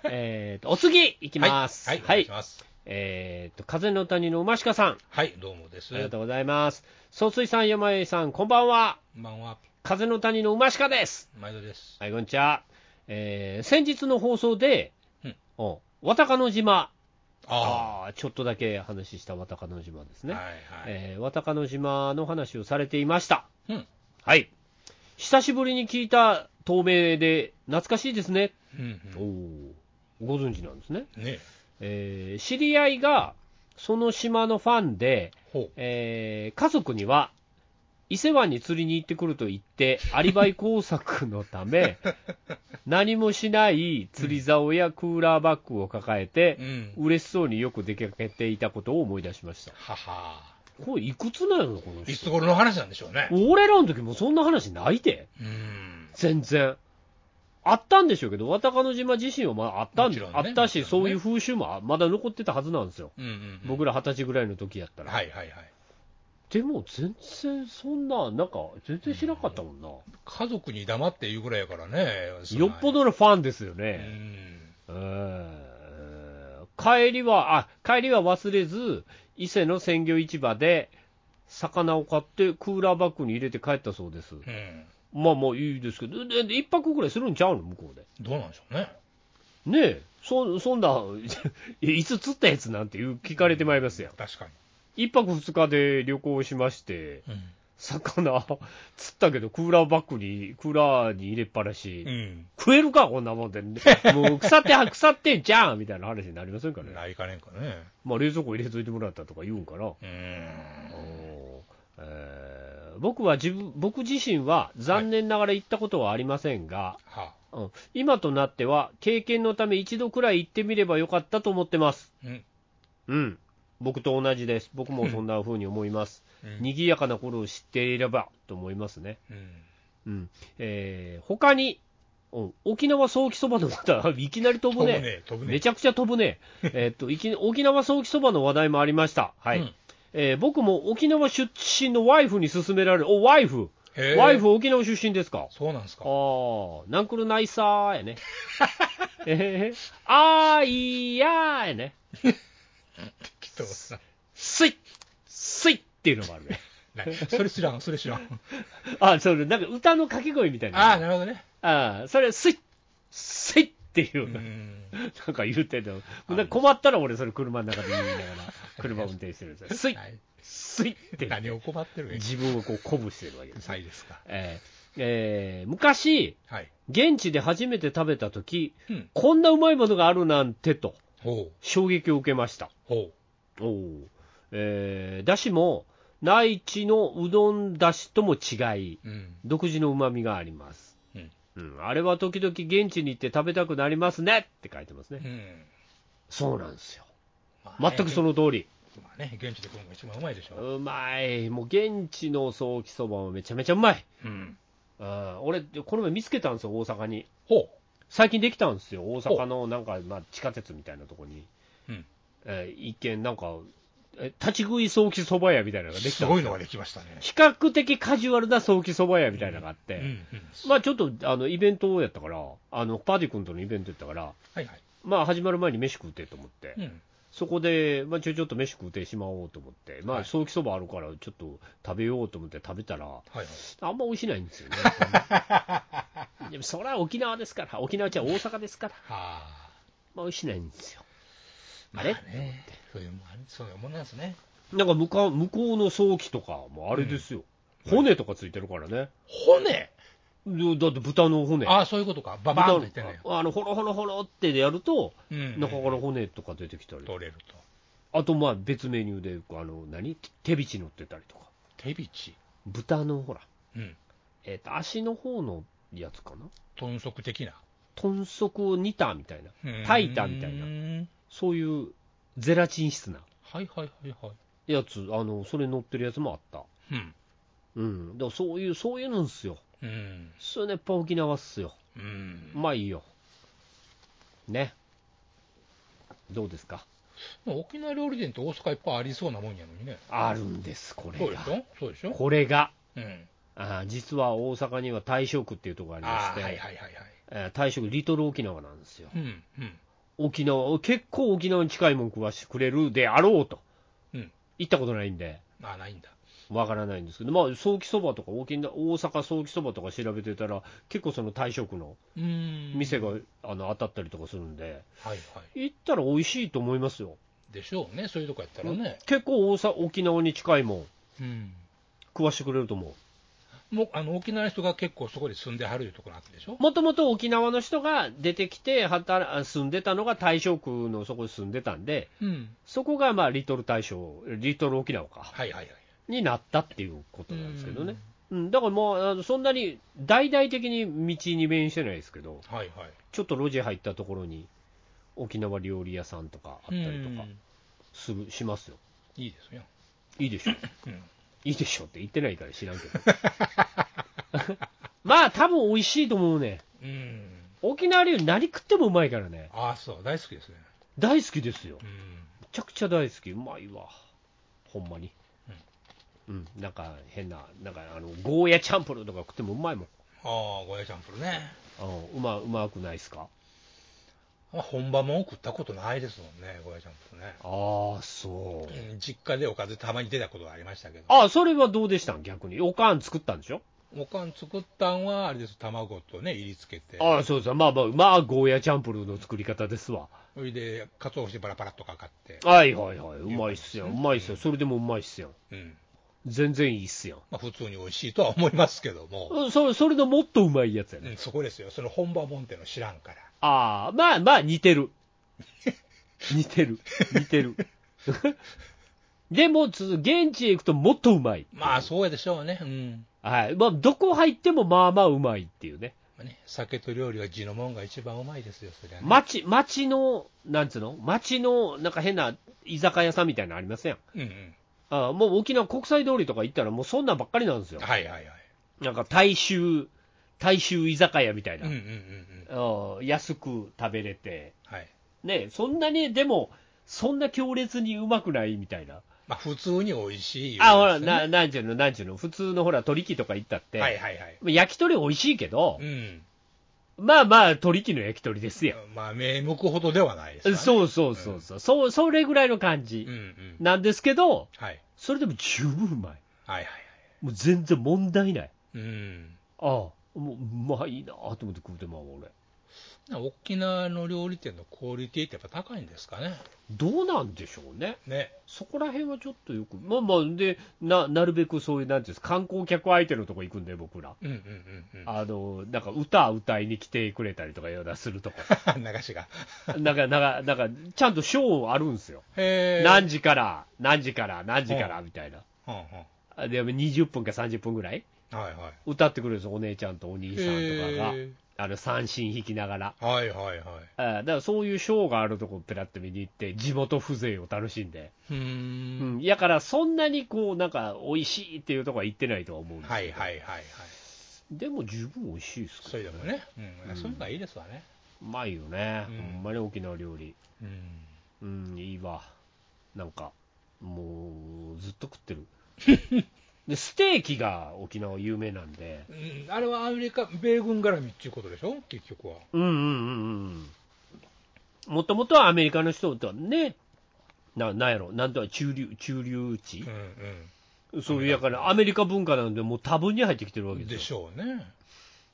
Speaker 2: えーと、お次いきます。
Speaker 3: はい。はい、お願いします。
Speaker 2: えーと、風の谷の馬鹿さん、あ
Speaker 3: はい、どうもです。
Speaker 2: りがとうございます。総帥さん、山井さん、こんばんは。
Speaker 3: こんばんは。
Speaker 2: 風の谷の馬鹿です。
Speaker 3: 毎度です。
Speaker 2: はい、こんにちは。えー、先日の放送で、
Speaker 3: うん
Speaker 2: お渡鹿の島、
Speaker 3: あ
Speaker 2: あーちょっとだけ話した渡鹿の島です
Speaker 3: あ。
Speaker 2: ね。
Speaker 3: はいはい。
Speaker 2: えー渡鹿の島の話をされていました。
Speaker 3: うん。
Speaker 2: はい。久しぶりに聞いた透明で、懐かしいですね。
Speaker 3: うん
Speaker 2: おお、ご存知なんですね。
Speaker 3: うん。ね
Speaker 2: えー知り合いがその島のファンで、
Speaker 3: ほ
Speaker 2: えー家族には伊勢湾に釣りに行ってくると言って、アリバイ工作のた め、何もしない釣り竿やクーラーバッグを抱え
Speaker 3: う。う
Speaker 2: て、
Speaker 3: ん。
Speaker 2: 嬉しそうによく出かけていたことを思い出しました。
Speaker 3: はは。
Speaker 2: これ、いくつなのこの
Speaker 3: いつ
Speaker 2: 人。
Speaker 3: 頃の話なんでしょうね。
Speaker 2: 俺らの時もそんな話ないで、
Speaker 3: うん。
Speaker 2: 全然。あったんでしょうけど、渡鹿の島自身はまああったん、
Speaker 3: もちろんね
Speaker 2: あったし、
Speaker 3: もちろん
Speaker 2: そ
Speaker 3: ね
Speaker 2: ういう風習もまだ残ってたはずなんですよ。
Speaker 3: うんうん。
Speaker 2: 僕ら二十歳ぐらいの時やったら、
Speaker 3: はいはいはい。
Speaker 2: でも全然そんな、なんか全然知らなかったもんな、
Speaker 3: 家族に黙って言うぐらいやからね。
Speaker 2: よっぽどのファンですよね、えー帰りは、あ帰りは忘れず、伊勢の鮮魚市場で魚を買って、クーラーバッグに入れて帰ったそうです、
Speaker 3: うん。うん。
Speaker 2: まあまあいいですけど、でで一泊ぐらいするんちゃうの、向こうで。
Speaker 3: どうなんでしょうね。
Speaker 2: ねえそそんな、 いつ釣ったやつなんていう聞かれてまいりますよ。
Speaker 3: 確か
Speaker 2: 一泊二日で旅行しまして、
Speaker 3: に。
Speaker 2: 魚、釣ったけど、クーラーバッグに、クーラーに入れっぱなし、
Speaker 3: うん。
Speaker 2: 食えるか、こんなもんで、 もう腐って、腐ってんじゃんみたいな話になりませんか
Speaker 3: うん。
Speaker 2: ね、
Speaker 3: ないかねんかね。
Speaker 2: まあ、冷蔵庫入れといてもらったとか言うんかな、
Speaker 3: うん。
Speaker 2: おーえー僕は自分、僕自身は残念ながら行ったことはありませんが、
Speaker 3: はあ。
Speaker 2: うん今となっては、経験のため、一度くらい行ってみればよかったと思ってます。
Speaker 3: うん。
Speaker 2: うん僕と同じです。僕もそんな風に思います。
Speaker 3: うん
Speaker 2: 賑やかな頃を知っていればと思いますね。
Speaker 3: うん。
Speaker 2: うんえー他に、うん沖縄早期そばの話題、いきなり飛ぶ
Speaker 3: 飛ぶ
Speaker 2: ね、
Speaker 3: ね、飛ぶね。
Speaker 2: めちゃくちゃ飛ぶ ね、えーっといき沖縄早期そばの話題もありました、はい
Speaker 3: うん
Speaker 2: えー僕も沖縄出身のワイフに勧められる、おワイフ、
Speaker 3: へえ
Speaker 2: ワイフ、沖縄出身ですか。
Speaker 3: そうなんですか。
Speaker 2: ああ、なんくるないさーや ね。えー、あーいやーやね。
Speaker 3: きっと。
Speaker 2: スイッ、スイッっていうのもあるね。
Speaker 3: ないそれ知らん、それ知らん。
Speaker 2: あ、それ、なんか歌の掛け声みたいな。
Speaker 3: ああ、なるほどね。
Speaker 2: ああ、それ、スイッ、スイッっていうう、
Speaker 3: ん。
Speaker 2: なんか言うてんの。なんか困ったら俺、それ車の中で言いながら、車運転してるんですよ。スイッ、
Speaker 3: はい
Speaker 2: スイッって、
Speaker 3: 何を困ってるんや
Speaker 2: 自分をこう鼓舞してるわけ
Speaker 3: うる
Speaker 2: です。
Speaker 3: さいですか。
Speaker 2: えーえー昔、
Speaker 3: はい。
Speaker 2: 現地で初めて食べたとき、
Speaker 3: うん。
Speaker 2: こんなうまいものがあるなんてと、
Speaker 3: ほう。
Speaker 2: 衝撃を受けました。
Speaker 3: ほ
Speaker 2: おお。えー、だしも、内地のうどんだしとも違い、
Speaker 3: う。うん。
Speaker 2: 独自のうまみがあります、
Speaker 3: うん
Speaker 2: うんあれは時々現地に行って食べたくなりますねって書いてますね、
Speaker 3: うん。
Speaker 2: そうなんですよ
Speaker 3: まあね
Speaker 2: 全くそ。の通り
Speaker 3: まあね、現地で食うのが一番うまいでしょ。
Speaker 2: うまいもう現地のソーキそばはめちゃめちゃうまい
Speaker 3: うん。
Speaker 2: あー俺この前見つけたんですよ大阪に
Speaker 3: ほ
Speaker 2: 最近できたんですよ大阪のなんか、まあ、地下鉄みたいなとこに、
Speaker 3: うん
Speaker 2: えー一見なんかえ立ち食いソーキそば屋みたいなの
Speaker 3: う。
Speaker 2: ができ
Speaker 3: す
Speaker 2: たんで
Speaker 3: ご
Speaker 2: す
Speaker 3: いの
Speaker 2: よ
Speaker 3: ができましたね。
Speaker 2: 比較的カジュアルなソーキそば屋みたいなのがあって、
Speaker 3: うん。うん
Speaker 2: まあちょっとあのイベントやったから、あのパーティー君とのイベントやったから、
Speaker 3: はいはい。
Speaker 2: まあ始まる前に飯食うてと思って、
Speaker 3: うん。
Speaker 2: そこで、まあ、ちょちょっと飯食うてしまおうと思って、ま
Speaker 3: は
Speaker 2: あ、
Speaker 3: い
Speaker 2: ソーキそばあるから、ちょっと食べようと思って食べたら、
Speaker 3: はいはい。
Speaker 2: あんま美味しないんですよ ね。でも、それは沖縄ですから、沖縄じゃ大阪ですから、
Speaker 3: は
Speaker 2: まあ、美味しないんですよ。
Speaker 3: あ。
Speaker 2: あれ
Speaker 3: まね、そういうもんあれそういうもんなんですね。
Speaker 2: なんか向かう向こうの早期とか、もうあれですよ、
Speaker 3: うん
Speaker 2: 骨とかついてるからね、
Speaker 3: 骨
Speaker 2: でだって豚の骨、
Speaker 3: ああ、そういうことか。ババーンと言ってね。
Speaker 2: あのほろほろほろってやると、
Speaker 3: うん
Speaker 2: 中から骨とか出てきたり、
Speaker 3: 取れると。
Speaker 2: あとまあ別メニューで、あの何手びち乗ってたりとか、
Speaker 3: 手びち。
Speaker 2: 豚のほら、
Speaker 3: うん。
Speaker 2: えー、と足の方のやつかな、
Speaker 3: 豚足的な。
Speaker 2: 豚足を煮たみたいな、
Speaker 3: うん
Speaker 2: 炊いたみたいな
Speaker 3: うん
Speaker 2: そういうゼラチン質な
Speaker 3: はいはいはいはい。
Speaker 2: やつ、あのそれ乗ってるやつもあった。
Speaker 3: うん。
Speaker 2: うん、だからそういう、そういうのんすよ。
Speaker 3: うん。
Speaker 2: それね、やっぱ沖縄っすよ。
Speaker 3: うん。
Speaker 2: まあいいよ。ね。どうですか
Speaker 3: 沖縄料理店って大阪いっぱいありそうなもんやのにね。
Speaker 2: あるんです、こ
Speaker 3: そう
Speaker 2: れ
Speaker 3: で
Speaker 2: が
Speaker 3: し。ょそうでしょ
Speaker 2: これが。
Speaker 3: うん。
Speaker 2: あー実は大阪には大正区っていうところがありまし
Speaker 3: ああ、
Speaker 2: て、
Speaker 3: はいはいはいはい。
Speaker 2: えー大正区、リトル沖縄なんですよ。
Speaker 3: うん。うん。
Speaker 2: 沖縄、結構沖縄に近いもん食わしてくれるであろうと。
Speaker 3: うん
Speaker 2: 行ったことないんで、
Speaker 3: ああ、ないんだ。
Speaker 2: わからないんですけど、まあ、早期そばとか、沖縄大阪早期そばとか調べてたら、結構その大正区の
Speaker 3: うん。
Speaker 2: 店が、あの当たったりとかするんで、
Speaker 3: はいは
Speaker 2: 行ったら美味しいと思いますよ。
Speaker 3: い。でしょうね。そういうとこやったらね。
Speaker 2: 結構大阪沖縄に近いもん
Speaker 3: うん。
Speaker 2: 食わしてくれると思
Speaker 3: もう、あの、沖縄の人が結構そこに住んではるいうところあったでしょ
Speaker 2: うもともと沖縄の人が出てきて働住んでたのが大正区のそこに住んでたんで
Speaker 3: うん。
Speaker 2: そこがまあリトル大正リトル沖縄か
Speaker 3: はいはいはい。
Speaker 2: になったっていうことなんですけどね、うん、だからもうあのそんなに大々的に道に面してないですけど
Speaker 3: うん。はいはい。
Speaker 2: ちょっと路地入ったところに沖縄料理屋さんとかあったりとか
Speaker 3: うん
Speaker 2: するしますよ
Speaker 3: いいですよ。
Speaker 2: いいでしょ
Speaker 3: うん。
Speaker 2: いいでしょって言ってないから知らんけどまあ多分美味しいと思うね
Speaker 3: うん。
Speaker 2: 沖縄料理何食ってもうまいからね
Speaker 3: ああ、そう。大好きですね。
Speaker 2: 大好きですよ
Speaker 3: う
Speaker 2: め
Speaker 3: ん。
Speaker 2: ちゃくちゃ大好きうまいわほんまにうん、なんか変ななんかあのゴーヤチャンプルーとか食ってもうまいもん
Speaker 3: ああ、ゴーヤチャンプルーね。
Speaker 2: あのうまうまくないですか
Speaker 3: まあ、本場もん食ったことないですもんね、ゴーヤチャンプルーね。
Speaker 2: ああそう
Speaker 3: うん実家でおかずたまに出たことはありましたけど、
Speaker 2: あそれはどうでしたん逆におかん作ったんでしょ
Speaker 3: おかん作ったんは、あれです、卵とね、入りつけて、
Speaker 2: ああそうですまあまあまあゴーヤチャンプルーの作り方ですわ
Speaker 3: それで、かつお節バラバラっとかかって、
Speaker 2: はいはいはいうまいっすようまいっすよそれでもうまいっすよ
Speaker 3: うん
Speaker 2: 全然いいっすよ
Speaker 3: まあ、普通に美味しいとは思いますけども、
Speaker 2: うんそそれのもっとうまいやつや
Speaker 3: う
Speaker 2: ね、
Speaker 3: ん、そこですよ、その本場もんっての知らんから、
Speaker 2: ああまあまあ似て る似てる似てる でもつ現地へ行くともっとうまい
Speaker 3: まあ、そうやでしょうね、うん
Speaker 2: はいまあ、どこ入ってもまあまあうまいっていうね
Speaker 3: まあ、ね酒と料理は地のもんが一番うまいですよ、そりゃね、
Speaker 2: 町町のなんつうの町のなんか変な居酒屋さんみたいなのありません
Speaker 3: うんうん、
Speaker 2: ああもう沖縄国際通りとか行ったらもうそんなんばっかりなんですよ
Speaker 3: はいはいはい、
Speaker 2: なんか大衆大衆居酒屋みたいな、
Speaker 3: うんうんうんうん、
Speaker 2: ああ安く食べれて
Speaker 3: はい、
Speaker 2: ね、そんなに、でも、そんな強烈にうまくないみたいな。
Speaker 3: まあ、普通に美味しい、
Speaker 2: あ、ほら、な、、なんちゅうの、なんちゅうの、普通のほら、鳥貴とか行ったって、
Speaker 3: はいはいはい、
Speaker 2: 焼き鳥美味しいけど
Speaker 3: う、ん、
Speaker 2: まあまあ、鳥貴の焼き鳥ですよ。
Speaker 3: まあ、名目ほどではないですわね
Speaker 2: そうそうそうそう、そう、それぐらいの感じ
Speaker 3: うんうん、
Speaker 2: なんですけど、
Speaker 3: はい、
Speaker 2: それでも十分うまい。
Speaker 3: はいはいはい。
Speaker 2: もう全然問題ない。
Speaker 3: うん、
Speaker 2: ああ、もう、うまいなと思って食うてまうわ俺。
Speaker 3: 沖縄の料理店のクオリティってやっぱ高いんですかね。
Speaker 2: どうなんでしょうね。
Speaker 3: ね。
Speaker 2: そこら辺はちょっとよく、まあまあ、で、な、なるべくそういう、なんていうんですか、観光客相手のとこ行くんで、僕ら。
Speaker 3: うんうんうんうん。
Speaker 2: あの、なんか歌歌いに来てくれたりとかいうようなするとこ。
Speaker 3: 流しが。
Speaker 2: なんか、なんか、なんか、ちゃんとショーあるんですよ。
Speaker 3: へえ。
Speaker 2: 何時から、何時から、何時から、みたいな。
Speaker 3: うんうん。
Speaker 2: あで、20分か30分ぐらい
Speaker 3: はいはい。
Speaker 2: 歌ってくれるんですよ。お姉ちゃんとお兄さんとかが
Speaker 3: へえ。
Speaker 2: あの、三振弾きながら。
Speaker 3: はいはいはい。
Speaker 2: あだからそういうショーがあるとこペラッと見に行って、地元風情を楽しんで。
Speaker 3: うー。
Speaker 2: うんん。やから、そんなにこう、なんか、美味しいっていうとこは行ってないとは思うんです
Speaker 3: はいはいはいはい。
Speaker 2: でも十分美味しいです
Speaker 3: そ
Speaker 2: け
Speaker 3: れ
Speaker 2: ど
Speaker 3: でもね。うん。
Speaker 2: うん
Speaker 3: そういうのがいいですわね。
Speaker 2: うまいよね。
Speaker 3: うん
Speaker 2: ほんまに沖縄料理。
Speaker 3: うん。
Speaker 2: うん、いいわ。なんか、もう、ずっと食って る。で、ステーキが沖縄有名なんで。
Speaker 3: うんあれはアメリカ、米軍絡みっていうことでしょ結局は。
Speaker 2: うんうんうんうん。もともとはアメリカの人とはね、ななんやろ、なんとは中流、中流地
Speaker 3: うん、うん
Speaker 2: そういうやから、アメリカ文化なんで、もう多分に入ってきてるわけ
Speaker 3: で
Speaker 2: です
Speaker 3: し
Speaker 2: よ。
Speaker 3: ょうね。
Speaker 2: だか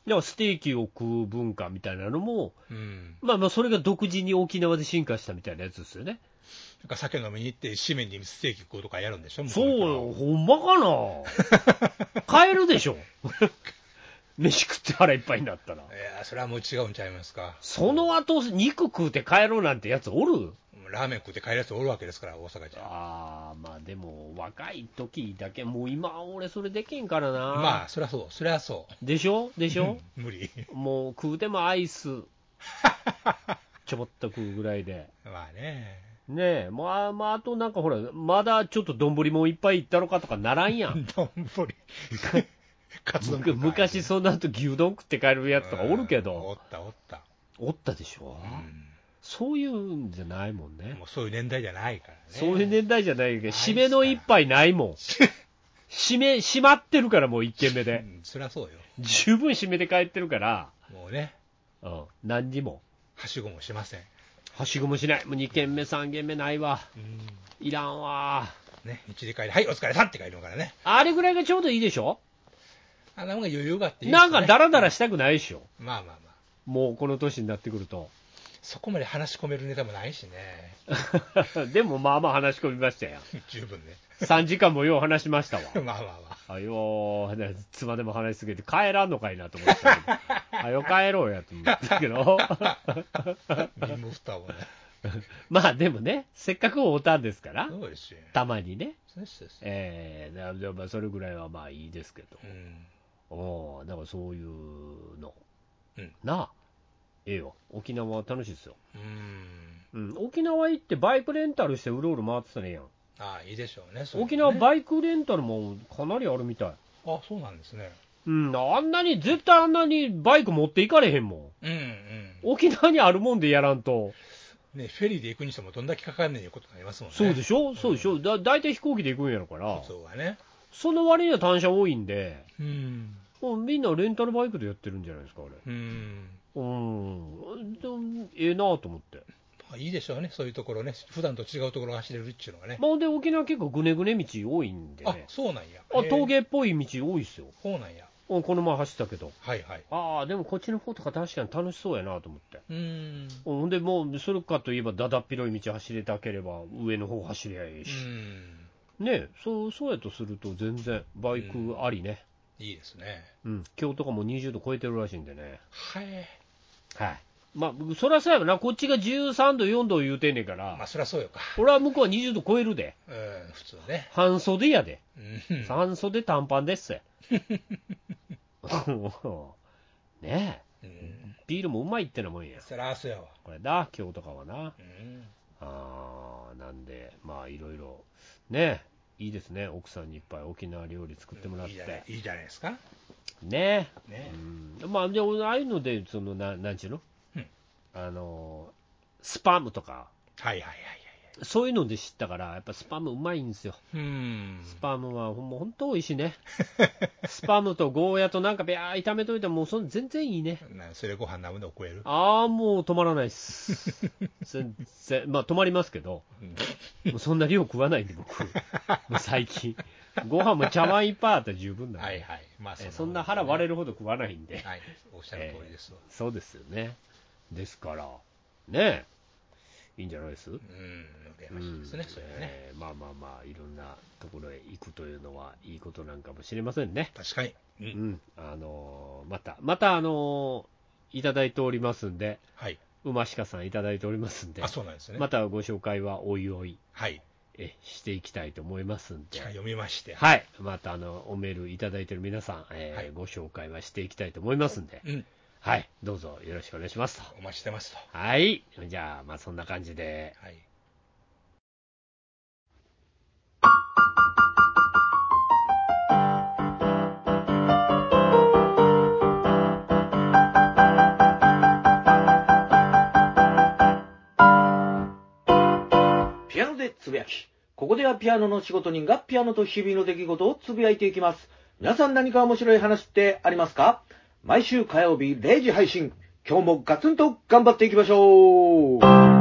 Speaker 2: らステーキを食う文化みたいなのも、
Speaker 3: うん。
Speaker 2: まあまあ、それが独自に沖縄で進化したみたいなやつですよね。
Speaker 3: なんか酒飲みに行って、締めにステーキ食うとかやるんでしょ向こ
Speaker 2: そう、
Speaker 3: う
Speaker 2: ほんまか な買えるでしょ飯食って腹いっぱいになったら。
Speaker 3: の人らいや、それはもう違うんちゃいますか。
Speaker 2: その後、肉食うて帰ろうなんてやつおる
Speaker 3: ラーメン食って帰るやつおるわけですから、大阪じゃ。
Speaker 2: ああ、まあでも、若い時だけ、もう今、俺それできんからな。
Speaker 3: まあ、そりゃそう、そりゃそ
Speaker 2: でしょでし
Speaker 3: う。
Speaker 2: ょ
Speaker 3: うん無理。
Speaker 2: もう食うてもアイ ス、ちょぼっと食うぐらいで。
Speaker 3: まあね。
Speaker 2: ねえ、まあ、まあ、あとなんかほら、まだちょっと丼もいっぱいいったろかとかならんやん。
Speaker 3: どん ぶり。カツ丼食うか
Speaker 2: 昔、 その後牛丼食って帰るやつとかおるけ
Speaker 3: うんお
Speaker 2: ど、
Speaker 3: った、おった。
Speaker 2: おったでしょ、
Speaker 3: うん
Speaker 2: そういうんじゃないもんね。
Speaker 3: もうそういう年代じゃないからね。
Speaker 2: そういう年代じゃないけど、
Speaker 3: ないです
Speaker 2: 締
Speaker 3: から
Speaker 2: めの一杯ないもん。締め、締まってるからもう一軒目
Speaker 3: う
Speaker 2: で。
Speaker 3: んそりゃそうよ。
Speaker 2: 十分締めて帰ってるから、
Speaker 3: もうね、
Speaker 2: うん、何にも。
Speaker 3: はしごもしません。
Speaker 2: はしごもしない。もう二軒目、三軒目ないわ。
Speaker 3: うん
Speaker 2: いらんわ。
Speaker 3: ね、一時帰り、はい、お疲れさんって帰るのからね。
Speaker 2: あれぐらいがちょうどいいでしょ
Speaker 3: あ、なんか余裕があっていいです
Speaker 2: な
Speaker 3: ね
Speaker 2: んかダラダラしたくないでしょ。
Speaker 3: まあまあまあ。
Speaker 2: もうこの年になってくると。
Speaker 3: そこまで話し込めるネタもないしね。
Speaker 2: でもまあまあ話し込みましたやん。
Speaker 3: 十分ね。
Speaker 2: 3時間もよう話しましたわ。
Speaker 3: まあまあま
Speaker 2: あよう、ね妻でも話しすぎて帰らんのかいなと思ってたけど。あよ帰ろうやと思ったけど。
Speaker 3: あ。貧乏蓋もね。
Speaker 2: まあでもね、せっかく会うたんですから、
Speaker 3: そうですよ。
Speaker 2: たまにね。
Speaker 3: そうですそうです
Speaker 2: ええなでもまあそれぐらいはまあいいですけど。
Speaker 3: うん。
Speaker 2: おだからそういうの。
Speaker 3: うん
Speaker 2: なあ、ええよ。沖縄は楽しいですよ。
Speaker 3: うん。
Speaker 2: うん、沖縄行ってバイクレンタルしてうろうろ回ってたねやん。
Speaker 3: ああ、いいでしょうね。そういう
Speaker 2: 沖
Speaker 3: の
Speaker 2: 縄
Speaker 3: ね
Speaker 2: バイクレンタルもかなりあるみたい。
Speaker 3: あ、そうなんですね。
Speaker 2: うん、あんなに、絶対あんなにバイク持っていかれへんもん。
Speaker 3: うんう
Speaker 2: 沖縄にあるもんでやらんと。
Speaker 3: ん。ね、フェリーで行くにしてもどんだけかかんねんいうことになりますもんね。
Speaker 2: そうでしょそうでし
Speaker 3: う
Speaker 2: ょだ、大体飛行機で行くんやろから
Speaker 3: 普。通はね。
Speaker 2: その割には単車多いんで、
Speaker 3: うん。
Speaker 2: もうみんなレンタルバイクでやってるんじゃないですか、あれ。
Speaker 3: うん。
Speaker 2: うん。でもええなと思って。
Speaker 3: まあ、いいでしょうね、そういうところね。普段と違うところを走れるっていうのがね。
Speaker 2: まあ、で、沖縄結構ぐねぐね道多いんで
Speaker 3: あ
Speaker 2: ね、。
Speaker 3: そうなんや。
Speaker 2: あ、
Speaker 3: へえ
Speaker 2: 峠っぽい道多いっすよ。
Speaker 3: そうなんや。
Speaker 2: うんこの前走ったけど。
Speaker 3: はいはい。
Speaker 2: ああ、でもこっちの方とか確かに楽しそうやなと思って。
Speaker 3: うーん。
Speaker 2: ほんでもう、それかといえば、だだっ広い道走れたければ、上の方走りゃいいうし、
Speaker 3: ん。
Speaker 2: ねえそうそうやとすると、全然、バイクありね、
Speaker 3: いいですね。
Speaker 2: うん、今日とかも20度超えてるらしいんでね、
Speaker 3: はい。
Speaker 2: はい、まあ、そらそうやろな、こっちが13度、4度言うてんねんか
Speaker 3: まあ、
Speaker 2: ら、
Speaker 3: そりゃそうよか。
Speaker 2: 俺は向こうは20度超えるで、
Speaker 3: うん、普通ね。
Speaker 2: 半袖やで、
Speaker 3: うん。
Speaker 2: 半袖短パンです っせね
Speaker 3: うん
Speaker 2: え、ビールもうまいってなもんや、
Speaker 3: そりゃそうやわ。
Speaker 2: これだ、今日とかはな。
Speaker 3: うん。
Speaker 2: あーなんで、まあいろいろ、ね、いいですね、奥さんにいっぱい沖縄料理作ってもらっ
Speaker 3: いいじゃない
Speaker 2: て、
Speaker 3: いいじゃないですか。
Speaker 2: ね、
Speaker 3: ね。
Speaker 2: うん、まあ、でもああいうので、そのななんちゅうの、
Speaker 3: うん
Speaker 2: あの、スパムとか、
Speaker 3: はいはいはい
Speaker 2: そういうので知ったから、やっぱスパムうまいんですよ、
Speaker 3: はい。うん。
Speaker 2: スパムはほんもう本当美味しい ね、スパムとゴーヤとなんか、ビャー炒めといても、もうその全然いいね。
Speaker 3: なそれご飯なむの食える。
Speaker 2: ああ、もう止まらないっす。全然、まあ止まりますけど、もうそんな量食わないんで、僕、もう最近、ご飯も茶碗いっぱいあったら十分だ、
Speaker 3: はいはい。まあ
Speaker 2: えそんな腹割
Speaker 3: れ
Speaker 2: れるほど食わないんで、
Speaker 3: はい。おっしゃる通りですわ。
Speaker 2: そうですよね。ですから、ねえ、いいんじゃないです
Speaker 3: うん。羨ましいですね、
Speaker 2: うん
Speaker 3: それはね。
Speaker 2: えーまあまあまあ、いろんなところへ行くというのはいいことなんかもしれませんね。
Speaker 3: 確かに。う。
Speaker 2: うんん、あのーまた、また、あのーいただいておりますんで、
Speaker 3: はい。
Speaker 2: 馬鹿さんいただいておりますんで
Speaker 3: あ、、そうなんですね
Speaker 2: ま。たご紹介はおいおい
Speaker 3: はい。
Speaker 2: えしていきたいと思いますんで、
Speaker 3: 読みまして。
Speaker 2: はい、またあのおメールいただいてる皆さん、えー
Speaker 3: はい
Speaker 2: ご紹介はしていきたいと思いますんで、
Speaker 3: うん。
Speaker 2: はい、どうぞよろしくお願いしますと。
Speaker 3: お待ちしてますと。
Speaker 2: はい、じゃあ、まあそんな感じで、
Speaker 3: はい。
Speaker 4: ピアノでつぶやき。ここではピアノの仕事人がピアノと日々の出来事をつぶやいていきます。皆さん何か面白い話ってありますか毎週火曜日0時配信。今日もガツンと頑張っていきましょう